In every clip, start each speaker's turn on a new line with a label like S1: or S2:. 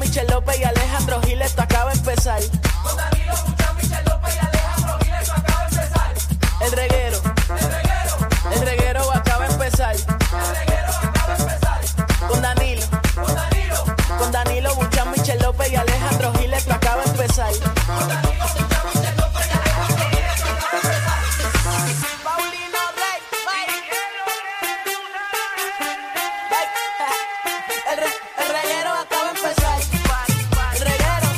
S1: Michel López y Alejandro Giles, esto acaba de empezar.
S2: Con Danilo Buchan, Michel López y Alejandro Gil, esto acaba de empezar.
S1: El reguero,
S2: El reguero,
S1: el reguero acaba de empezar.
S2: el reguero acaba de empezar.
S1: Con Danilo,
S2: Con Danilo,
S1: con Danilo Buchan, Michel López y Alejandro Giles, esto acaba de empezar. Paulino Rey, El re- el reguero acaba de empezar. El reguero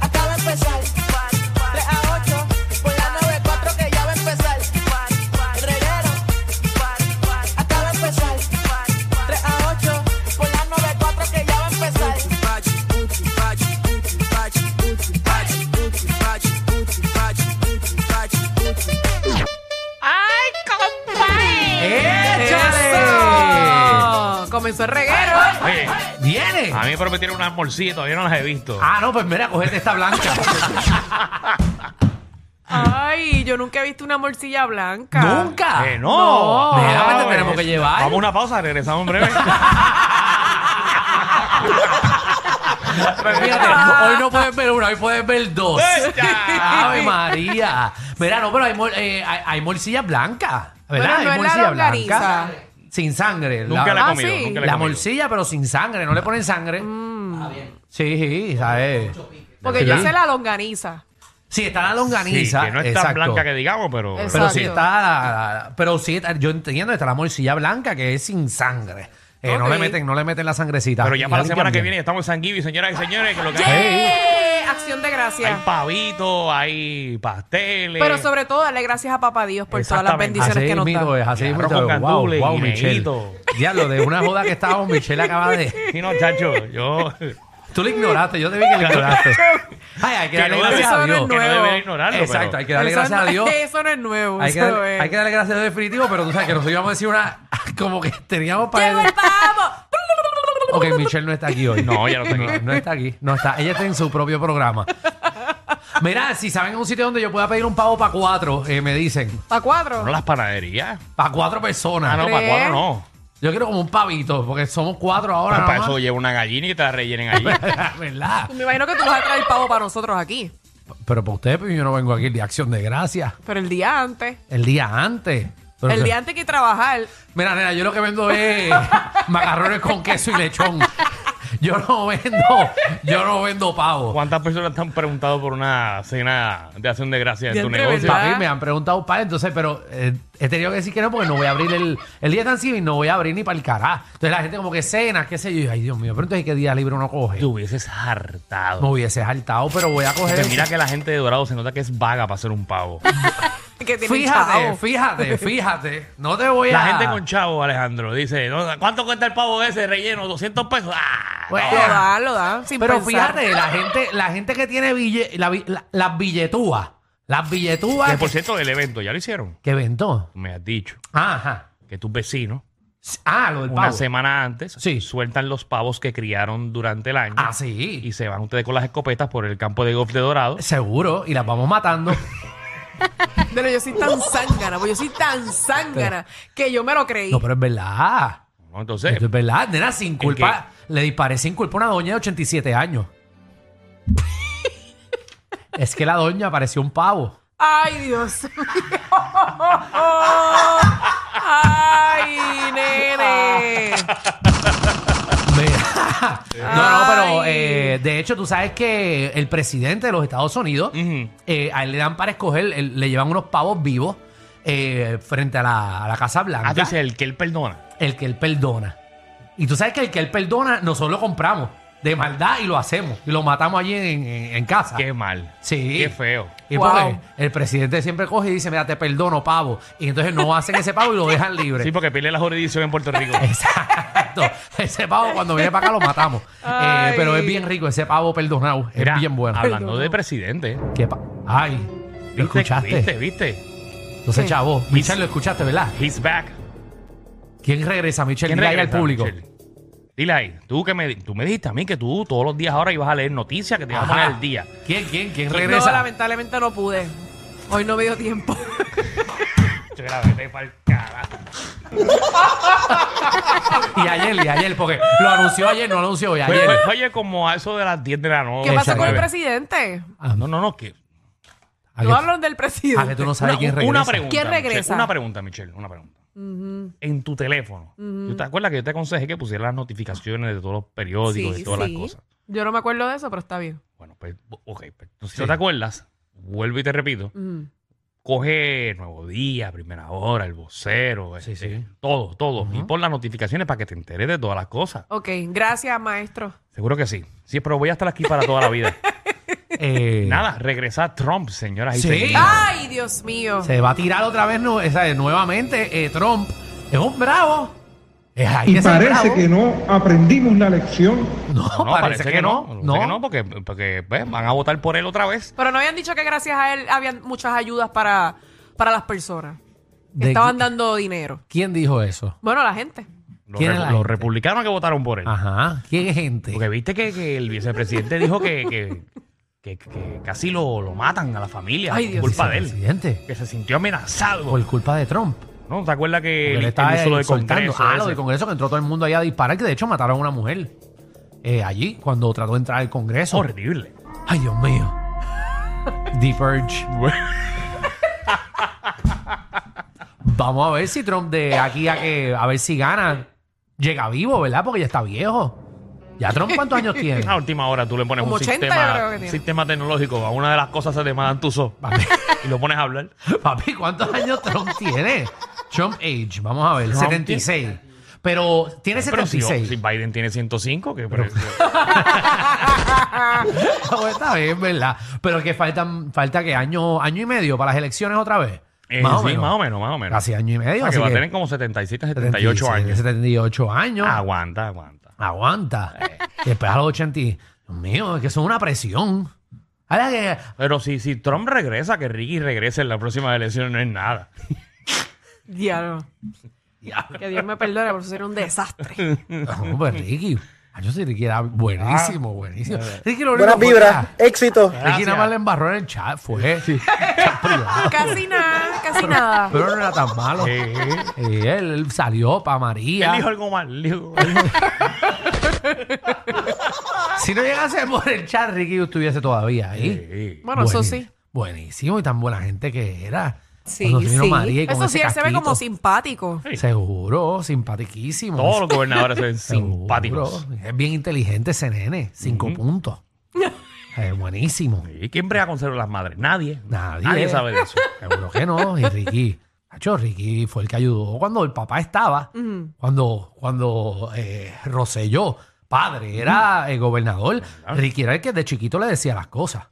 S1: acaba de empezar. 3 a 8 por la 94 que ya va a empezar. El reguero acaba de empezar. 3 a 8 por la 94 que ya va a empezar.
S3: ¡Ay, compadre!
S4: ¡Échale!
S3: Comenzó el reguero.
S4: Oye, viene.
S5: A mí me prometieron unas morcillas, todavía no las he visto.
S4: Ah, no, pues mira, cogete esta blanca.
S3: Ay, yo nunca he visto una morcilla blanca.
S4: Nunca.
S3: Ah,
S5: Eh, no.
S3: No.
S4: Déjame,
S5: No,
S4: te tenemos
S5: eh,
S4: que llevar.
S5: Vamos a una pausa, regresamos en breve.
S4: Fíjate, hoy no puedes ver una, hoy puedes ver dos.
S5: ¡Echa!
S4: ¡Ave María! Mira, no, pero hay, mor- eh, hay, hay morcilla blanca. ¿Verdad?
S3: Pero no
S4: hay
S3: es la
S4: morcilla
S3: doblariza.
S4: blanca. Sin sangre.
S5: Nunca la he
S3: Ah,
S5: comido,
S3: sí.
S5: nunca la he
S4: la
S5: comido.
S4: morcilla, pero sin sangre. No le ponen sangre. Sí, sí, ¿sabes?
S3: Mm. Porque
S4: Sí.
S3: yo sé la longaniza.
S4: Sí, está la
S5: Sí,
S4: longaniza.
S5: que no es tan
S4: exacto.
S5: blanca que digamos, pero...
S3: Exacto.
S4: Pero sí
S3: Exacto.
S4: está, la- la- pero sí está- yo entiendo, está la morcilla blanca que es sin sangre. Eh, No
S3: Ok.
S4: le meten, no le meten la sangrecita.
S5: Pero ya para la
S4: limpian
S5: semana que
S4: bien.
S5: viene estamos en San Givy, señoras y señores. Que lo que hay,
S3: ¡Eh! Acción de
S5: hay
S3: gracias.
S5: pavito, hay pasteles.
S3: Pero sobre todo, darle gracias a Papá Dios por todas las
S5: Exactamente.
S3: bendiciones
S4: Así
S3: que nos
S4: mismo
S3: da.
S4: es, así
S5: Y
S4: mismo
S5: arroz con
S4: es. Wow,
S5: gandules,
S4: wow,
S5: y
S4: Michelle.
S5: guineíto.
S4: Ya, lo de una joda que estábamos, Michelle acaba de...
S5: Sí, no, chacho, yo...
S4: Tú lo ignoraste, yo te vi que lo ignoraste. Ay, hay que
S5: Que no
S4: darle
S5: debe-
S4: gracias a
S3: Eso no es
S4: Dios.
S5: que no
S3: nuevo.
S5: debería ignorarlo,
S4: Exacto,
S5: pero-
S4: hay que darle
S3: Eso
S4: gracias a
S3: no-
S4: Dios.
S3: Eso no es nuevo.
S4: Hay que,
S3: eso
S4: darle,
S3: es.
S4: hay que darle gracias a Dios definitivo, pero tú sabes que nosotros íbamos a decir una... Como que teníamos para...
S3: ¡Llegó el pavo!
S4: Ok, Michelle no está aquí hoy.
S5: No, ella no está aquí.
S4: No, está aquí. No está. Ella está en su propio programa. Mira, si saben un sitio donde yo pueda pedir un pavo para cuatro, eh, me dicen.
S3: ¿Pa' cuatro?
S5: No las panaderías.
S4: Para cuatro personas.
S5: Ah, no, para
S3: ¿Crees?
S5: cuatro no.
S4: Yo quiero como un pavito, porque somos cuatro ahora.
S5: Pues para
S4: nada
S5: eso lleva una gallina y que te la rellenen allí.
S4: más. ¿Verdad?
S3: Me imagino que tú vas a traer pavo para nosotros aquí.
S4: Pero para ustedes, pues, yo no vengo aquí el día de acción de gracias.
S3: Pero el día antes.
S4: El día antes. Pero
S3: El
S4: que-
S3: día antes hay que trabajar.
S4: Mira, nena, yo lo que vendo es macarrones con queso y lechón. Yo no vendo, yo no vendo pavo.
S5: ¿Cuántas personas te han preguntado por una cena de acción de gracias en tu
S3: Diantre,
S5: negocio?
S3: ¿verdad?
S4: Papi, me han preguntado para entonces, pero eh, he tenido que decir que no, porque no voy a abrir el, el día tan civil, no voy a abrir ni para el cará. Entonces la gente como que cena, qué sé yo, y yo, ay Dios mío, pero entonces qué día libre uno coge.
S5: Te hubieses hartado.
S4: Me hubiese saltado, pero voy a coger.
S5: Porque mira que la gente de Dorado se nota que es vaga para hacer un pavo.
S3: Que tiene
S4: Fíjate,
S3: chavo.
S4: fíjate, fíjate. No te voy a.
S5: La gente con chavo, Alejandro, dice, "No, ¿cuánto cuesta el pavo ese relleno? ¿200 pesos? ¡Ah! no".
S4: Bueno,
S3: Lo da, lo da. Sin
S4: Pero
S3: pensar.
S4: fíjate, la gente, la gente que tiene bille- la bi- la- las billetúas. Las
S5: Que,
S4: billetúas.
S5: por cierto, el evento ya lo hicieron.
S4: ¿Qué ventó?
S5: Me has dicho
S4: Ajá.
S5: que tus vecinos,
S4: Ah, lo del
S5: una
S4: pavo.
S5: semana antes,
S4: Sí.
S5: sueltan los pavos que criaron durante el año.
S4: Ah, sí.
S5: Y se van ustedes con las escopetas por el campo de golf de Dorado.
S4: Seguro, y las vamos matando.
S3: Pero yo soy tan zángana, pues yo soy tan zángana que yo me lo creí.
S4: No, pero es verdad.
S5: ¿no? Entonces,
S4: Esto es verdad, nena, sin culpa. Le disparé sin culpa a una doña de 87 años. es que la doña parecía un pavo.
S3: Ay, Dios mío. Ay, nene.
S4: Mira. no, no, pero
S3: Ay.
S4: eh, de hecho, tú sabes que el presidente de los Estados Unidos,
S5: Ujú.
S4: eh, a él le dan para escoger, él- le llevan unos pavos vivos eh, frente a la, a la Casa Blanca,
S5: ah, tú dices, el que él perdona.
S4: el que él perdona. Y tú sabes que el que él perdona, nosotros lo compramos de maldad y lo hacemos, y lo matamos allí en, en- en casa.
S5: Qué mal.
S4: Ah. Sí.
S5: Qué feo.
S4: Y
S3: Wow.
S4: porque el presidente siempre coge y dice, mira, te perdono, pavo. Y entonces no hacen ese pavo y lo dejan libre.
S5: Sí, porque pierde la jurisdicción en Puerto Rico.
S4: Exacto. Ese pavo cuando viene para acá lo matamos. Eh,
S3: Ay.
S4: pero es bien rico, ese pavo perdonado.
S5: Mira,
S4: es bien bueno.
S5: Hablando de presidente.
S4: Qué pa- Ay,
S5: ¿viste?
S4: lo escuchaste.
S5: ¿Viste? ¿Viste?
S4: Entonces,
S3: ¿Qué?
S4: chavo, Michelle, lo escuchaste, ¿verdad?
S5: He's back.
S4: ¿Quién regresa, Michelle?
S5: ¿Quién
S4: Dile ahí al
S5: regresa,
S4: público.
S5: Michelle? Dile ahí, tú que me, tú me dijiste a mí que tú todos los días ahora ibas a leer noticias que te ibas a
S4: Ajá.
S5: poner al día.
S4: ¿Quién, quién, quién
S3: No,
S4: regresa?
S3: lamentablemente no pude. Hoy no me dio tiempo.
S5: Yo era, vete pa'l carajo.
S4: Y ayer, y ayer, porque lo anunció ayer, no lo anunció hoy,
S5: Fue-
S4: ayer.
S5: fue- Oye, como a eso de las 10 de la noche.
S3: ¿Qué pasa con el
S5: nueve.
S3: presidente?
S5: Ah, no, no, no, que.
S4: A
S3: No
S4: Ah, que-
S3: hablan del presidente.
S4: a que tú no sabes
S5: Una,
S4: quién
S5: una
S4: regresa.
S5: pregunta.
S3: ¿Quién
S5: Michelle,
S3: regresa?
S5: una pregunta, Michelle, una pregunta. En tu teléfono. ¿Tú te acuerdas que yo te aconsejé que pusieras las notificaciones de todos los periódicos
S3: Sí,
S5: y todas
S3: sí.
S5: las cosas?
S3: Yo no me acuerdo de eso, pero está bien.
S5: Bueno, pues, ok. pues, entonces,
S4: Sí.
S5: Si no te acuerdas, vuelvo y te repito.
S3: Ujú.
S5: Coge Nuevo Día, Primera Hora, El Vocero,
S4: Sí,
S5: este,
S4: sí.
S5: todo, todo. Y pon las notificaciones para que te enteres de todas las cosas.
S3: Ok, gracias, maestro.
S5: Seguro que sí. Sí, pero voy a estar aquí para toda la vida.
S4: Eh,
S5: Nada, regresa a Trump, señoras y
S4: Sí.
S5: señores.
S3: ¡Ay, Dios mío!
S4: Se va a tirar otra vez nu- esa- nuevamente eh, Trump. Es un bravo. Es ahí
S6: Y
S4: que se
S6: parece
S4: bravo.
S6: que no aprendimos la lección.
S4: No, parece, que, no.
S5: No,
S4: no.
S5: parece que no, porque, porque, pues, van a votar por él otra vez.
S3: Pero no habían dicho que gracias a él habían muchas ayudas para, para las personas. Que
S4: ¿De
S3: Estaban
S4: qui-
S3: dando dinero.
S4: ¿Quién dijo eso?
S3: Bueno, la gente.
S5: Los,
S4: ¿Quién
S5: re-
S4: es la
S5: los
S4: gente? Ah,
S5: republicanos que votaron por él.
S4: Ajá. ¿Quién es gente?
S5: Porque viste que, que el vicepresidente dijo que, que, que- que casi lo, lo matan a la familia
S3: Ay, Dios
S5: por culpa
S4: mío.
S5: de él.
S4: Presidente.
S5: Que se sintió amenazado.
S4: Por culpa de Trump.
S5: ¿No te acuerdas que
S4: Porque él
S5: el-
S4: estaba
S5: el uso del
S4: soltando.
S5: Congreso
S4: Ah, lo
S5: ese?
S4: del Congreso que entró todo el mundo ahí a disparar, que de hecho mataron a una mujer. eh, allí, cuando trató de entrar al Congreso.
S5: Horrible.
S4: Ay, Dios mío. The Purge. Vamos a ver si Trump de aquí a que a ver si gana llega vivo, ¿verdad? Porque ya está viejo. Ya Trump cuántos años tiene.
S5: A última hora tú le pones
S3: Como
S5: un
S3: 80 yo creo
S5: sistema,
S3: que
S5: un
S3: tiene.
S5: sistema tecnológico a una de las cosas se te mandan tus ojos
S4: Papi,
S5: y lo pones a hablar.
S4: papi, ¿cuántos años Trump tiene? Trump age, vamos a ver,
S5: Trump
S4: 76. Pero tiene
S5: Pero si,
S4: 76.
S5: si Biden tiene 105, que pues,
S4: No, Pues está bien, ¿verdad? Pero que faltan, falta que año, año y medio para las elecciones otra vez.
S5: Eh, sí, más o menos, más o menos.
S4: Casi año y medio.
S5: O sea, que
S4: así
S5: va a
S4: que
S5: tener como 77, 78
S4: 76,
S5: años. Ah,
S4: 78 años.
S5: Aguanta, aguanta.
S4: Aguanta.
S5: Eh.
S4: Y Después a los 80. y- Dios mío, es que son una presión. Ahora que
S5: Pero si, si Trump regresa, que Ricky regrese en la próxima elección, no es nada.
S3: Diablo. Que Dios me perdone, por eso sería un desastre.
S4: No, pues Ricky. Ah, Yo sí Ricky era
S5: Ah.
S4: buenísimo, buenísimo. Ricky lo único
S7: Buenas
S4: fue-
S7: vibras, éxito.
S4: Ricky nada más le embarró en el chat, fue. Chat privado.
S3: Casi nada, casi nada.
S4: Pero no era tan malo.
S5: Sí.
S4: Y él, él salió para
S5: Él
S4: María.
S5: dijo algo mal. él dijo algo mal.
S4: Si no llegase por el chat, Ricky estuviese todavía ahí.
S5: Sí.
S3: Bueno, eso
S4: Buenísimo.
S3: sí.
S4: Buenísimo y tan buena gente que era.
S3: Sí,
S4: Cuando vino
S3: sí.
S4: María y con
S3: Eso sí,
S4: ese
S3: él se ve como
S4: casquito.
S3: simpático.
S4: Seguro, simpatiquísimo.
S5: Todos los gobernadores son
S4: Seguro.
S5: simpáticos.
S4: Es bien inteligente ese nene. Cinco puntos. Eh, buenísimo.
S5: ¿Y quién brega con ser las madres? Nadie.
S4: Nadie.
S5: sabe de eso.
S4: Seguro que no. Y Ricky. Nacho, Ricky fue el que ayudó cuando el papá estaba. Cuando, cuando eh, Rosselló, padre, era eh, gobernador. Ricky era el que de chiquito le decía las cosas.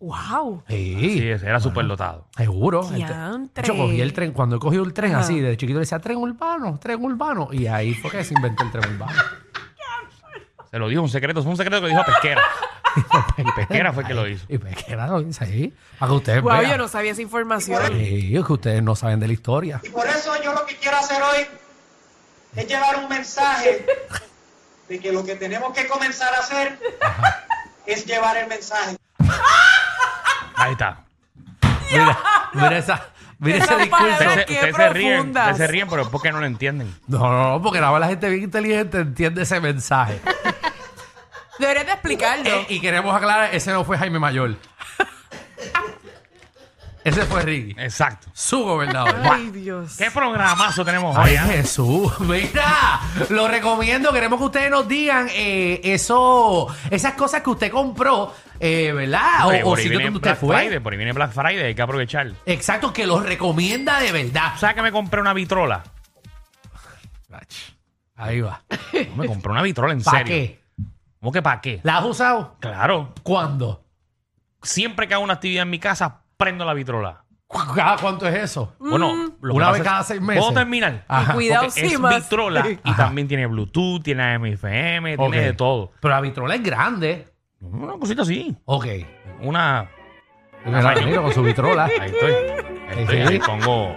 S3: ¡Wow!
S4: Sí.
S5: Sí, ese era superdotado.
S4: Seguro. El te-
S3: Diantre.
S4: De hecho, cogí el tren. Cuando cogió el tren
S3: Ajá.
S4: así, de chiquito le decía tren urbano, tren urbano. Y ahí fue que se inventó el tren urbano.
S5: Se lo dijo un secreto. Es un secreto que lo dijo a Pesquera. y Pesquera fue el que lo hizo.
S4: Y pues quedaron ahí. Para que ustedes
S3: Wow,
S4: vean.
S3: yo no sabía esa información.
S4: Sí, es que ustedes no saben de la historia.
S8: Y por eso yo lo que quiero hacer hoy es llevar un mensaje de que lo que tenemos que comenzar a hacer es llevar el mensaje.
S5: Ahí está.
S4: Mira, mira, esa, mira ese
S3: Esas
S4: discurso.
S3: palabras.
S5: Ustedes
S3: qué
S5: se- ustedes se ríen.
S3: profundas.
S5: ustedes se ríen, pero es porque no lo entienden.
S4: No, no, no, porque nada más la gente bien inteligente entiende ese mensaje.
S3: Deberías de explicarlo.
S4: Eh, y queremos aclarar, ese no fue Jaime Mayor. ese fue Ricky,
S5: Exacto.
S4: su gobernador.
S3: Ay, Dios.
S5: ¿Qué programazo tenemos hoy?
S4: Ay,
S5: ah?
S4: Jesús, mira, lo recomiendo. Queremos que ustedes nos digan eh, eso, esas cosas que usted compró, eh, ¿verdad?
S5: Oye,
S4: O, o
S5: por ahí
S4: sitios
S5: viene
S4: donde usted
S5: Black
S4: fue.
S5: Friday, por ahí viene Black Friday, hay que aprovechar.
S4: Exacto, que los recomienda de verdad.
S5: ¿Sabes que me compré una vitrola?
S4: Ahí va.
S5: No, Me compré una vitrola, en
S4: ¿Para
S5: serio.
S4: qué?
S5: ¿Cómo que para qué?
S4: ¿La has usado?
S5: Claro.
S4: ¿Cuándo?
S5: Siempre que hago una actividad en mi casa, prendo la vitrola.
S4: ¿Cu- ¿Cada Ah, cuánto es eso?
S5: Bueno, lo que
S4: Mm. Una
S5: pasa
S4: vez
S5: es-
S4: cada seis meses.
S5: Puedo terminar.
S4: Ajá.
S3: Cuidado.
S5: Porque
S3: sí,
S5: es
S3: más.
S5: vitrola y
S4: Ajá.
S5: también tiene Bluetooth, tiene MFM,
S4: Ok.
S5: tiene de todo.
S4: Pero la vitrola es grande.
S5: Una cosita así.
S4: Ok.
S5: Una.
S4: Mira, mira, con su vitrola.
S5: Ahí estoy. Ahí estoy.
S4: Sí.
S5: Ahí pongo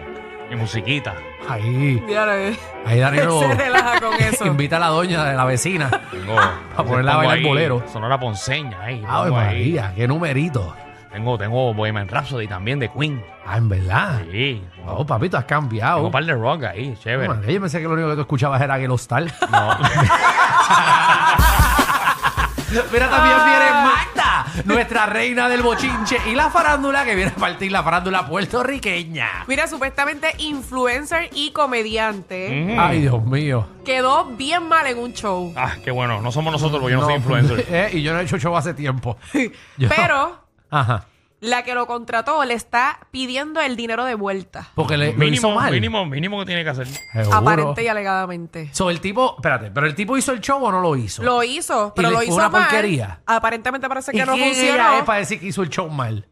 S5: mi musiquita.
S4: Ahí.
S3: Ya lo ve.
S4: Ahí Danilo
S3: Se relaja con eso.
S4: invita a la doña de la vecina.
S5: Tengo,
S4: ponerla a bailar
S5: ahí
S4: bolero.
S5: Sonora ponceña ahí.
S4: Ave
S5: pongo ahí.
S4: María, qué numerito.
S5: Tengo, tengo Bohemian Rhapsody también de Queen.
S4: Ah, en verdad.
S5: Sí.
S4: Oh, papito, has
S5: Tengo
S4: cambiado.
S5: un par de rock ahí, chévere.
S4: Madre, yo pensé que lo único que tú escuchabas era Gelo Star.
S5: No.
S4: Mira, también viene Magda, nuestra reina del bochinche y la farándula que viene a partir la farándula puertorriqueña.
S3: Mira, supuestamente influencer y comediante
S5: Mm.
S4: Ay, Dios mío.
S3: quedó bien mal en un show.
S5: Ah, qué bueno. No somos nosotros porque yo no, soy influencer.
S4: Eh, y yo no he hecho show hace tiempo. Yo-
S3: Pero
S4: Ajá.
S3: la que lo contrató le está pidiendo el dinero de vuelta.
S4: Porque le, lo hizo
S5: Mínimo,
S4: mal.
S5: mínimo, mínimo que tiene que hacer.
S4: Seguro.
S3: Aparente y alegadamente.
S4: So, el tipo, espérate, pero el tipo hizo el show o no lo hizo.
S3: Lo hizo, pero
S4: le-
S3: lo
S4: fue
S3: hizo
S4: una
S3: mal.
S4: porquería.
S3: Aparentemente parece
S4: ¿Y
S3: que no
S4: quién ella es
S3: funcionó.
S4: para decir que hizo el show mal?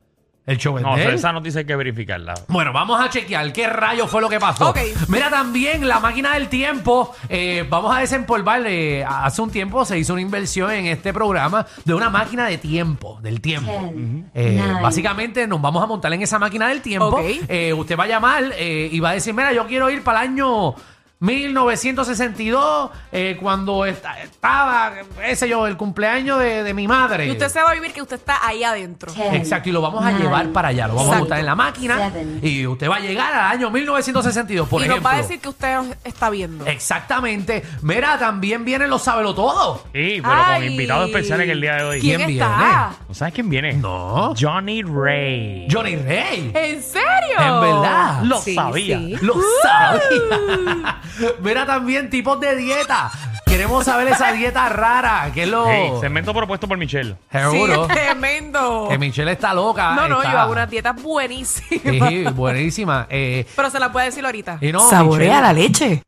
S4: El show es
S5: No,
S4: de él.
S5: esa noticia hay que verificarla.
S4: Bueno, vamos a chequear qué rayo fue lo que pasó.
S3: Ok.
S4: Mira, también la máquina del tiempo. eh, vamos a desempolvar. eh, hace un tiempo se hizo una inversión en este programa de una máquina de tiempo, del tiempo.
S7: Ten,
S4: Eh,
S7: nine.
S4: básicamente nos vamos a montar en esa máquina del tiempo.
S3: Ok.
S4: Eh, usted va a llamar eh, y va a decir, mira, yo quiero ir para el año 1962, eh, cuando esta- estaba, qué sé yo, el cumpleaños de, de mi madre.
S3: Y usted se va a vivir que usted está ahí adentro.
S7: ten,
S4: Exacto, y lo vamos a
S7: nine,
S4: llevar para allá. Lo vamos a
S3: Exacto.
S4: montar en la máquina
S7: Seven.
S4: y usted va a llegar al año 1962, por
S3: y
S4: ejemplo. eh,
S3: nos va a decir que usted os está viendo.
S4: Exactamente. Mira, también vienen los sábelotodos.
S5: Sí, pero con
S3: Ay.
S5: invitados especiales en el día de hoy.
S3: ¿Quién,
S4: ¿Quién
S3: está?
S5: ¿No sabes quién viene?
S4: No.
S5: Johnny Ray.
S4: Johnny Rey.
S3: ¿En serio?
S4: En verdad.
S5: Lo sabía.
S4: Lo
S3: Uh.
S4: sabía. Mira, también tipos de dieta. Queremos saber esa dieta rara. Que es lo.
S5: Hey, segmento propuesto por Michelle.
S3: Sí,
S4: Seguro.
S3: tremendo.
S4: que Michelle está loca.
S3: No, no,
S4: está-
S3: yo hago unas dietas buenísimas.
S4: Sí, buenísima. Eh,
S3: Pero se las puede decir ahorita.
S4: y no, Michelle-
S3: leche.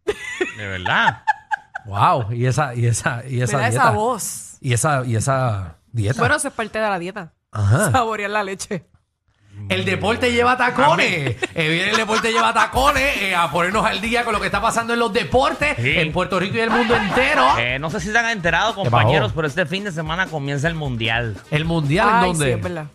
S5: De verdad.
S4: Wow, y esa, y esa, y esa
S3: Me da
S4: dieta.
S3: esa voz.
S4: Y esa, y esa dieta.
S3: Bueno, eso es parte de la dieta.
S4: Ajá.
S3: Saborear la leche.
S4: El deporte lleva tacones. Eh, viene el deporte lleva tacones eh, a ponernos al día con lo que está pasando en los deportes
S5: Sí.
S4: en Puerto Rico y el mundo entero.
S5: Eh, no sé si se han enterado,
S4: pasó?
S5: compañeros, pero este fin de semana comienza el mundial
S4: El mundial, ¿en
S3: Ay,
S4: dónde?
S3: sí, es verdad.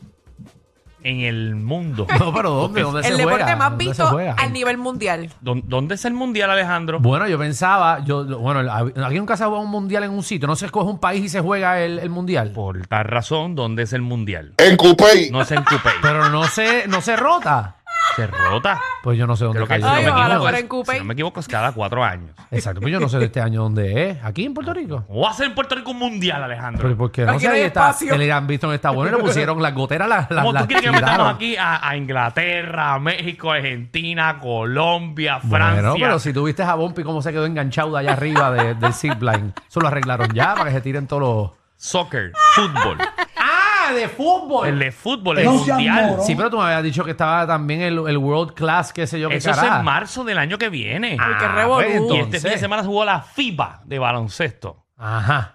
S5: en el mundo.
S4: No, pero ¿dónde? ¿Dónde se
S3: El deporte
S4: juega?
S3: más
S4: ¿Dónde se
S3: visto
S4: juega?
S3: al nivel mundial.
S5: ¿Dó- ¿Dónde es el mundial, Alejandro?
S4: Bueno, yo pensaba, yo, bueno, aquí nunca se juega un mundial en un sitio, no se escoge un país y se juega el, el mundial.
S5: Por tal razón, ¿dónde es el mundial?
S9: En Coupey.
S5: No es en Coupé.
S4: Pero no se, no se rota.
S5: Se rota.
S4: Pues yo no sé dónde
S5: Creo que si
S4: cayó.
S5: no,
S3: Ay,
S5: me
S3: ojalá
S5: equivoco,
S3: fuera
S5: es-
S3: en Coupey.
S5: si no me equivoco, es cada cuatro años.
S4: Exacto, pues yo no sé de este año dónde es. Aquí en Puerto Rico.
S5: ¿Cómo va a ser en Puerto Rico un mundial, Alejandro?
S4: Pero porque no
S3: Aquí no hay
S4: sé, está,
S3: espacio.
S4: el Irán Bistron está bueno y le pusieron las goteras, las, las,
S5: ¿Cómo
S4: las
S5: tú quieres que
S4: tiraron.
S5: metamos aquí a, a Inglaterra, a México, Argentina, Colombia, Francia?
S4: Bueno, pero si tuviste a Bompi cómo se quedó enganchado de allá arriba de- del zipline. Eso lo arreglaron ya para que se tiren todos los...
S5: Soccer, fútbol.
S4: ¡Ah! ¡De fútbol!
S5: El de fútbol, el
S6: No seas
S5: mundial.
S6: moro.
S4: Sí, pero tú me habías dicho que estaba también el, el World Class, qué sé yo, qué
S5: Eso es
S4: carajo.
S5: en marzo del año que viene.
S4: Ah,
S3: qué revolú.
S4: pues,
S5: y
S4: entonces.
S5: este fin de semana se jugó la FIBA de baloncesto.
S4: Ajá.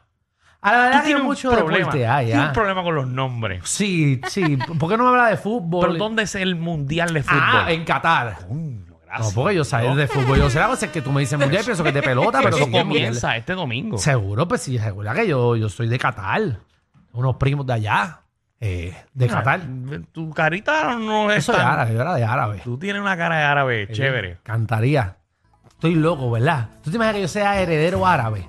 S4: A la verdad que
S5: tiene
S4: mucho deporte hay,
S5: tiene
S4: ¿ah?
S5: un problema con los nombres.
S4: Sí, sí. ¿Por qué no me habla de fútbol?
S5: Pero ¿dónde es el mundial de fútbol?
S4: Ah, en Qatar.
S5: Coño,
S4: No,
S5: gracias.
S4: porque yo sabía de fútbol. Yo sé la cosa es que tú me dices mundial, pienso que es de pelota, pero
S5: Eso
S4: sí es mundial.
S5: comienza este domingo.
S4: Seguro, pues sí, seguro que yo, yo soy de Qatar. Unos primos de allá. eh, de Qatar.
S5: Ah, Tu carita no es
S4: Eso
S5: tan-
S4: de árabe, yo era de árabe.
S5: Tú tienes una cara de árabe, chévere.
S4: Cantaría. Estoy loco, ¿verdad? ¿Tú te imaginas que yo sea heredero árabe?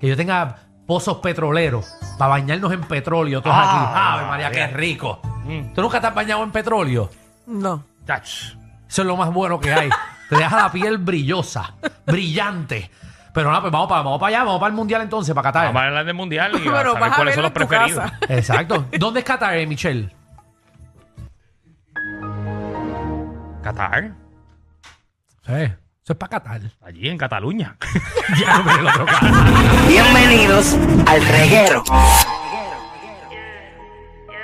S4: Que yo tenga pozos petroleros para bañarnos en petróleo todos
S5: Ah,
S4: aquí. ¡Ave María,
S5: María.
S4: qué rico!
S5: Mm.
S4: ¿Tú nunca te has bañado en petróleo?
S3: No.
S5: Tach.
S4: Eso es lo más bueno que hay. te deja la piel brillosa, brillante. Pero nada, pues vamos para, vamos para allá, vamos para el mundial entonces, para Qatar.
S5: Vamos a hablar del mundial y
S3: Pero
S5: a saber
S3: vas a
S5: cuáles
S3: verlo
S5: son los
S3: en tu
S5: preferidos.
S3: casa.
S4: Exacto. ¿Dónde es Qatar, eh, Michelle?
S5: Qatar,
S4: Sí, eso es para Qatar.
S5: allí en Cataluña.
S1: Bienvenidos al reguero.
S10: Yeah, yeah,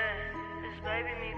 S10: it's baby me